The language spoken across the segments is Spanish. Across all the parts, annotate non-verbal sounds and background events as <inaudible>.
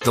The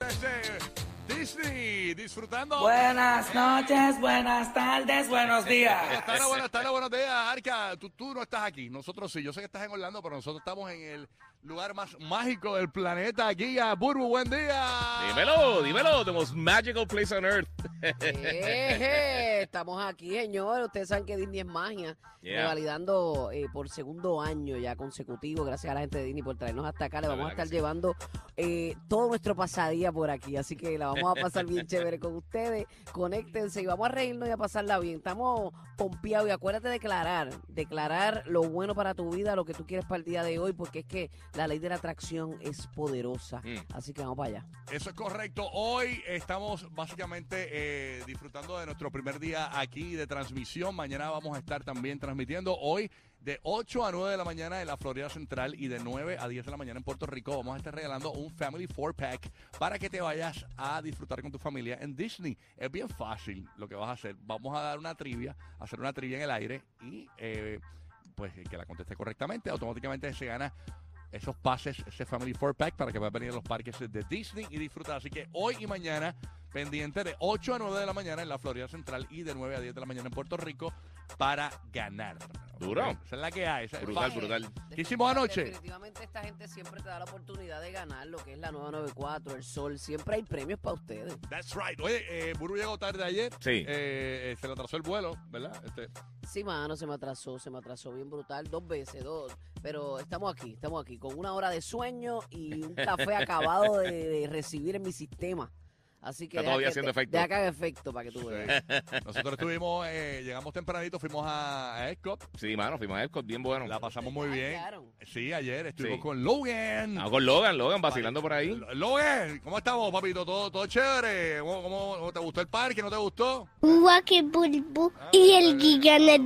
Desde Disney, disfrutando. Buenas noches, buenas tardes, buenos días. Buenas tardes, buenas tardes, buenos días, Arca. Tú, tú no estás aquí, nosotros sí. Yo sé que estás en Orlando, pero nosotros estamos en el lugar más mágico del planeta. Aquí a Burbu, buen día. Dímelo, dímelo, the most magical place on earth. Eje, <laughs> Estamos aquí, señor. Ustedes saben que Disney es magia. Yeah. Revalidando eh, por segundo año ya consecutivo. Gracias a la gente de Disney por traernos hasta acá. Le La vamos a verdad estar que sí. llevando eh, todo nuestro pasadía por aquí. Así que la vamos a pasar bien chévere con ustedes. Conéctense y vamos a reírnos y a pasarla bien. Estamos pompeados. Y acuérdate de declarar. Declarar lo bueno para tu vida, lo que tú quieres para el día de hoy. Porque es que la ley de la atracción es poderosa. Mm. Así que vamos para allá. Eso es correcto. Hoy estamos básicamente eh, disfrutando de nuestro primer día aquí de transmisión. Mañana vamos a estar también transmitiendo hoy de 8 a 9 de la mañana en la Florida Central y de 9 a 10 de la mañana en Puerto Rico. Vamos a estar regalando un Family Four Pack para que te vayas a disfrutar con tu familia en Disney. Es bien fácil lo que vas a hacer. Vamos a dar una trivia, hacer una trivia en el aire y eh, pues el que la conteste correctamente automáticamente se gana esos pases, ese Family Four Pack para que puedas venir a los parques de Disney y disfrutar. Así que hoy y mañana, pendiente de 8 a 9 de la mañana en la Florida Central y de 9 a 10 de la mañana en Puerto Rico para ganar. Duro. Ok, Esa es la que hay. esa es Brutal, fácil. brutal. ¿Qué hicimos anoche? Definitivamente esta gente siempre te da la oportunidad de ganar lo que es la 994, el sol. Siempre hay premios para ustedes. That's right. Oye, eh, Buru llegó tarde ayer. Sí. Eh, eh, se le atrasó el vuelo, ¿verdad? Este, Sí, mano, se me atrasó, se me atrasó bien brutal, dos veces, dos. Pero estamos aquí, estamos aquí, con una hora de sueño y <laughs> un café acabado de, de recibir en mi sistema. Así que Está todavía deja que haciendo te- efecto. Deja que haga efecto para que tú veas. nosotros estuvimos, eh, llegamos tempranito, fuimos a, a Epcot, Sí, mano, fuimos a Epcot, bien bueno. la pasamos <laughs> muy Ah, bien. claro. Sí, ayer estuvimos Sí. con Logan. Ah, con Logan, Logan, vacilando por ahí. Lo- Logan, ¿cómo estamos, papito? ¿Todo, todo chévere? ¿Cómo, cómo, cómo te gustó el parque? ¿No te gustó? Guaque Bulbu y el gigante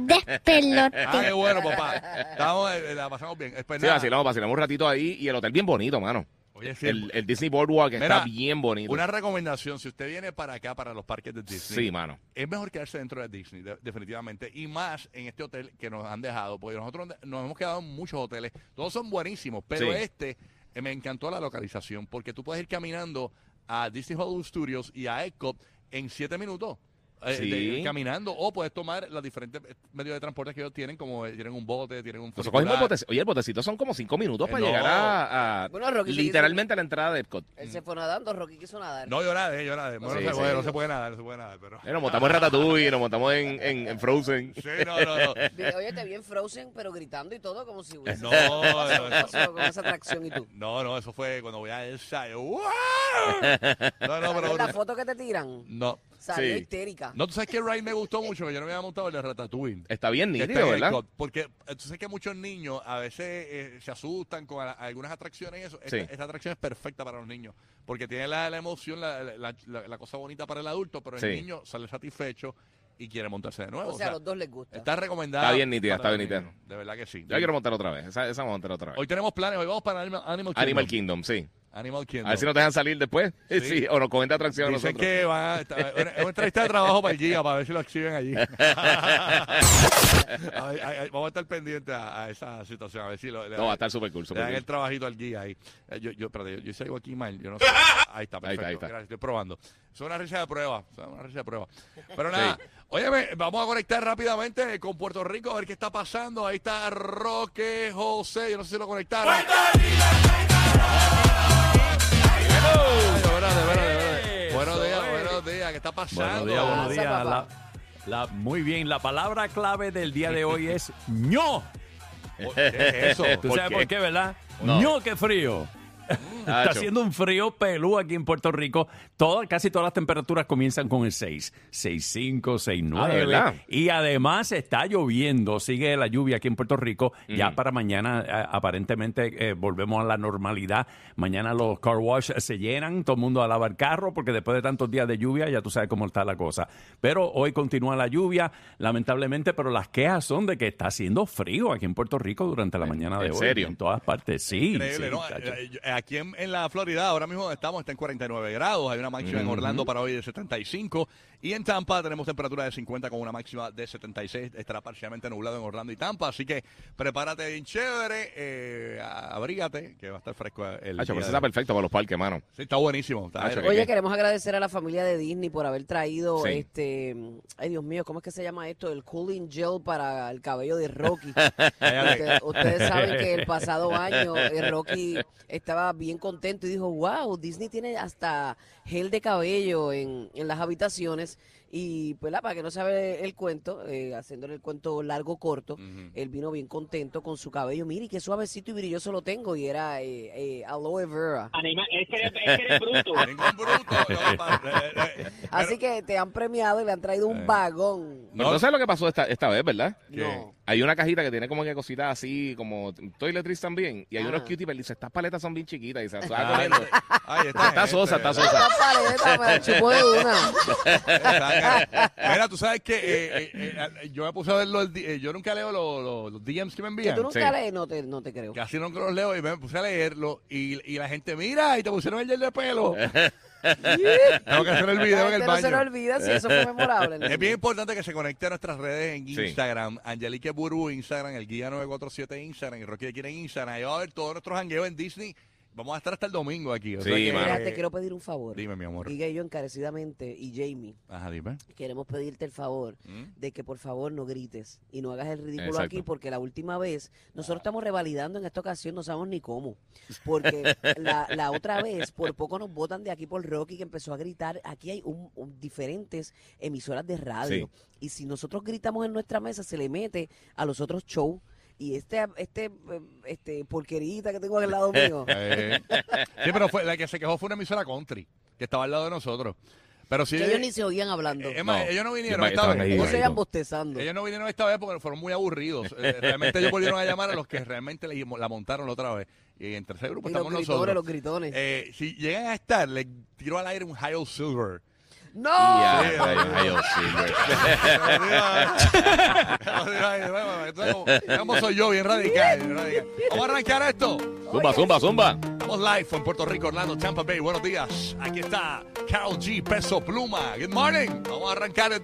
Ah, qué despelote. bueno, papá. Estamos, eh, la pasamos bien. Eh, pues Sí, nada. vacilamos, vacilamos un ratito ahí y el hotel bien bonito, mano. Oye, sí, El, el Disney Boardwalk Mira, está bien bonito. una recomendación, si usted viene para acá, para los parques de Disney, Sí, mano. es mejor quedarse dentro de Disney, de- definitivamente. Y más en este hotel que nos han dejado, porque nosotros nos hemos quedado en muchos hoteles. Todos son buenísimos, pero Sí. este eh, me encantó la localización, porque tú puedes ir caminando a Disney Hollywood Studios y a Epcot en siete minutos. eh, Sí. de- caminando o puedes tomar los diferentes eh, medios de transporte que ellos tienen como eh, tienen un bote tienen un Nosotros cogimos funicular. el Pues botecito. Oye, el botecito son como cinco minutos Eh, para no. llegar a, a- Bueno, Rocky, sí, literalmente a la entrada de Epcot. Él se fue nadando, Rocky quiso nadar. Mm. no yo nadé yo nadé Bueno, Sí, no, se sí. puede, no se puede nadar no se puede nadar pero Eh, nos montamos en Ratatouille, nos montamos en, en- en Frozen. <laughs> sí no no no Oye, te vi en Frozen, pero gritando y todo como <laughs> si hubiese No, ¿Qué no, pasó, no. ¿Qué pasó con esa atracción y tú. No, no, eso fue cuando voy a Elsa. yo, <laughs> ¡guau! No, no, pero. la foto que te tiran, No. salió Sí. histérica. No, tú sabes que Ryan me gustó mucho, que yo no me había montado el de Ratatouille. Está bien Que está nítido, en el ¿verdad? club, Porque eh, tú sabes que muchos niños a veces eh, se asustan con a- algunas atracciones y eso. Esta, Sí. esta atracción es perfecta para los niños. Porque tiene la, la emoción, la, la- la- la cosa bonita para el adulto, pero el Sí. niño sale satisfecho y quiere montarse de nuevo. O sea, a los dos les gusta. está recomendada. Está bien nítida, para está los bien niños. De verdad que sí. Yo la quiero montar otra vez. Esa, esa vamos a montar otra vez. Hoy tenemos planes, hoy vamos para Animal, Animal Kingdom. Animal Kingdom, sí. Animal Kingdom. A ver si nos dejan salir después. <laughs> Sí. Sí, o nos cogen de atracción a Dicen nosotros. que van a estar- es una entrevista de trabajo para el Giga, para ver si lo exhiben allí. <laughs> A ver, a- a- vamos a estar pendientes a, a esa situación, a ver si lo, le, No, va a dan- estar súper cool, le súper dan cool. el trabajito al Giga ahí. Eh, Yo, yo, espérate, yo, yo hice algo aquí mal, yo no <laughs> sé. Ahí está, perfecto. Ahí está, ahí está. Gracias, estoy probando. Es una risa de prueba, es una risa de prueba. Pero nada, óyeme, vamos a conectar rápidamente con Puerto Rico, a ver qué está pasando. Ahí está Roque José, yo no sé si lo conectaron. Ay, espérate, espérate, espérate. Buenos días, buenos días, ¿qué está pasando? Buenos días, buenos Pasa, papá. días. La- la- muy bien, la palabra clave del día de hoy es ño. ¿Qué es eso? ¿Tú sabes por qué, verdad? No. ño, qué frío. Está Nacho. haciendo un frío pelú aquí en Puerto Rico. Toda- casi todas las temperaturas comienzan con el 6, 6.5, 6.9. Ah, ¿de verdad? y además está lloviendo, sigue la lluvia aquí en Puerto Rico. Ya para mañana eh, aparentemente eh, volvemos a la normalidad. Mañana los car wash se llenan, todo el mundo a lavar carro porque después de tantos días de lluvia ya tú sabes cómo está la cosa. Pero hoy continúa la lluvia, lamentablemente, pero las quejas son de que está haciendo frío aquí en Puerto Rico durante la mañana de en hoy. serio? En todas partes, sí. Increíble, sí, ¿no? chacho. Eh, eh, Aquí en, en la Florida ahora mismo estamos, está en 49 grados, hay una máxima en Orlando para hoy de 75 y en Tampa tenemos temperatura de 50 con una máxima de 76, estará parcialmente nublado en Orlando y Tampa, así que prepárate bien chévere, eh, abrígate, que va a estar fresco el... Nacho, día pero ese de- está perfecto para los parques, mano. Sí, está buenísimo. está- Nacho, Oye, ¿qué? queremos agradecer a la familia de Disney por haber traído Sí. este, ay Dios mío, ¿cómo es que se llama esto? El cooling gel para el cabello de <laughs> Rocky. Usted- ustedes saben que el pasado año eh, Rocky estaba bien contento y dijo, wow, Disney tiene hasta gel de cabello en, en las habitaciones. Y pues la, para que no sabe el cuento, eh, haciéndole el cuento largo corto, él vino bien contento con su cabello. Mire, qué suavecito y brilloso lo tengo. Y era eh, eh, aloe vera. Anima- es, que eres, es que eres bruto. Ningún bruto. <laughs> no, pa- eh, eh, Así que te han premiado y le han traído un vagón. Pero tú sabes lo que pasó esta, esta vez, ¿verdad? No. Hay una cajita que tiene como que cositas así, como toiletries también. Y hay Ah. unos cutie dice, estas paletas son bien chiquitas. Y se las va ay, comiendo. ay, esta Está gente, sosa, está ¿verdad? sosa. <laughs> Esta paleta me la chupó de <laughs> una. Exacto. Mira, tú sabes que eh, eh, eh, yo me puse a ver los, di- eh, yo nunca leo los, los- los DMs que me Que envían. tú nunca Sí. lees, no te, no te creo. <laughs> Casi nunca los leo y me puse a leerlo y, y la gente, mira, y te pusieron el gel de <laughs> pelo. Tengo que hacer el video en el La gente Este no se lo baño. olvida si eso <laughs> fue memorable. ¿no? Es bien importante que se conecte a nuestras redes en Sí. Instagram. Angelique Burbu, Instagram, el guía 947 Instagram y Rocky aquí en Instagram. Ahí va a ver todos nuestros jangueos en Disney. Vamos a estar hasta el domingo aquí. O sea Sí, que- mano. Mira, te quiero pedir un favor. Dime, mi amor. Diga yo encarecidamente y Jamie, Ajá, dime. queremos pedirte el favor Mm. de que por favor no grites y no hagas el ridículo Exacto. aquí porque la última vez nosotros estamos revalidando en esta ocasión, no sabemos ni cómo. <laughs> Porque la, la otra vez por poco nos votan de aquí por Rocky que empezó a gritar. Aquí hay un, un- diferentes emisoras de radio y si nosotros gritamos en nuestra mesa se le mete a los otros shows. Y este, este, este porquerita que tengo <laughs> al lado mío. Eh, sí, pero fue, la que se quejó fue una emisora country que estaba al lado de nosotros. Pero sí. Que ellos ni se oían hablando. Es más, No. ellos no vinieron Estaban esta vez. ahí, No Ellos- se oían bostezando. Ellos no vinieron esta vez porque fueron muy aburridos. Eh, realmente ellos volvieron a llamar a los que realmente le- la montaron la otra vez. Y en tercer grupo Y los estamos gritones, nosotros. los gritones. Eh, si llegan a estar, le tiro al aire un High <laughs> Silver. ¡No! Ya, Sí, ay, no. ay, oh, sí, pues. güey. <laughs> Como soy yo, bien radical, bien radical. Vamos a arrancar esto. Zumba, zumba, zumba. Estamos live en Puerto Rico, Orlando, Tampa Bay. Buenos días. Aquí está Carol G, Peso Pluma. Good morning. Vamos a arrancar este el